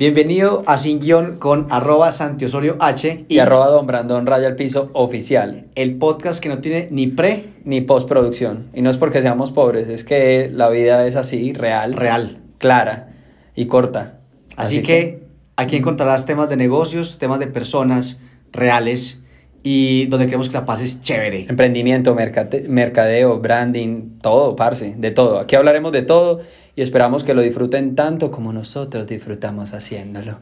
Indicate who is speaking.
Speaker 1: Bienvenido a Sin Guión con arroba Santiosorio H
Speaker 2: y, arroba Don Brandón Raya al Piso Oficial.
Speaker 1: el podcast que no tiene ni pre
Speaker 2: Ni postproducción. Y no es porque seamos pobres, es que la vida es así, real,
Speaker 1: real.
Speaker 2: clara y corta.
Speaker 1: Así, que, aquí encontrarás temas de negocios, temas de personas reales y donde queremos que la pases chévere.
Speaker 2: Emprendimiento, mercate- mercadeo, branding, todo, parce, de todo. Aquí hablaremos de todo y esperamos que lo disfruten tanto como nosotros disfrutamos haciéndolo.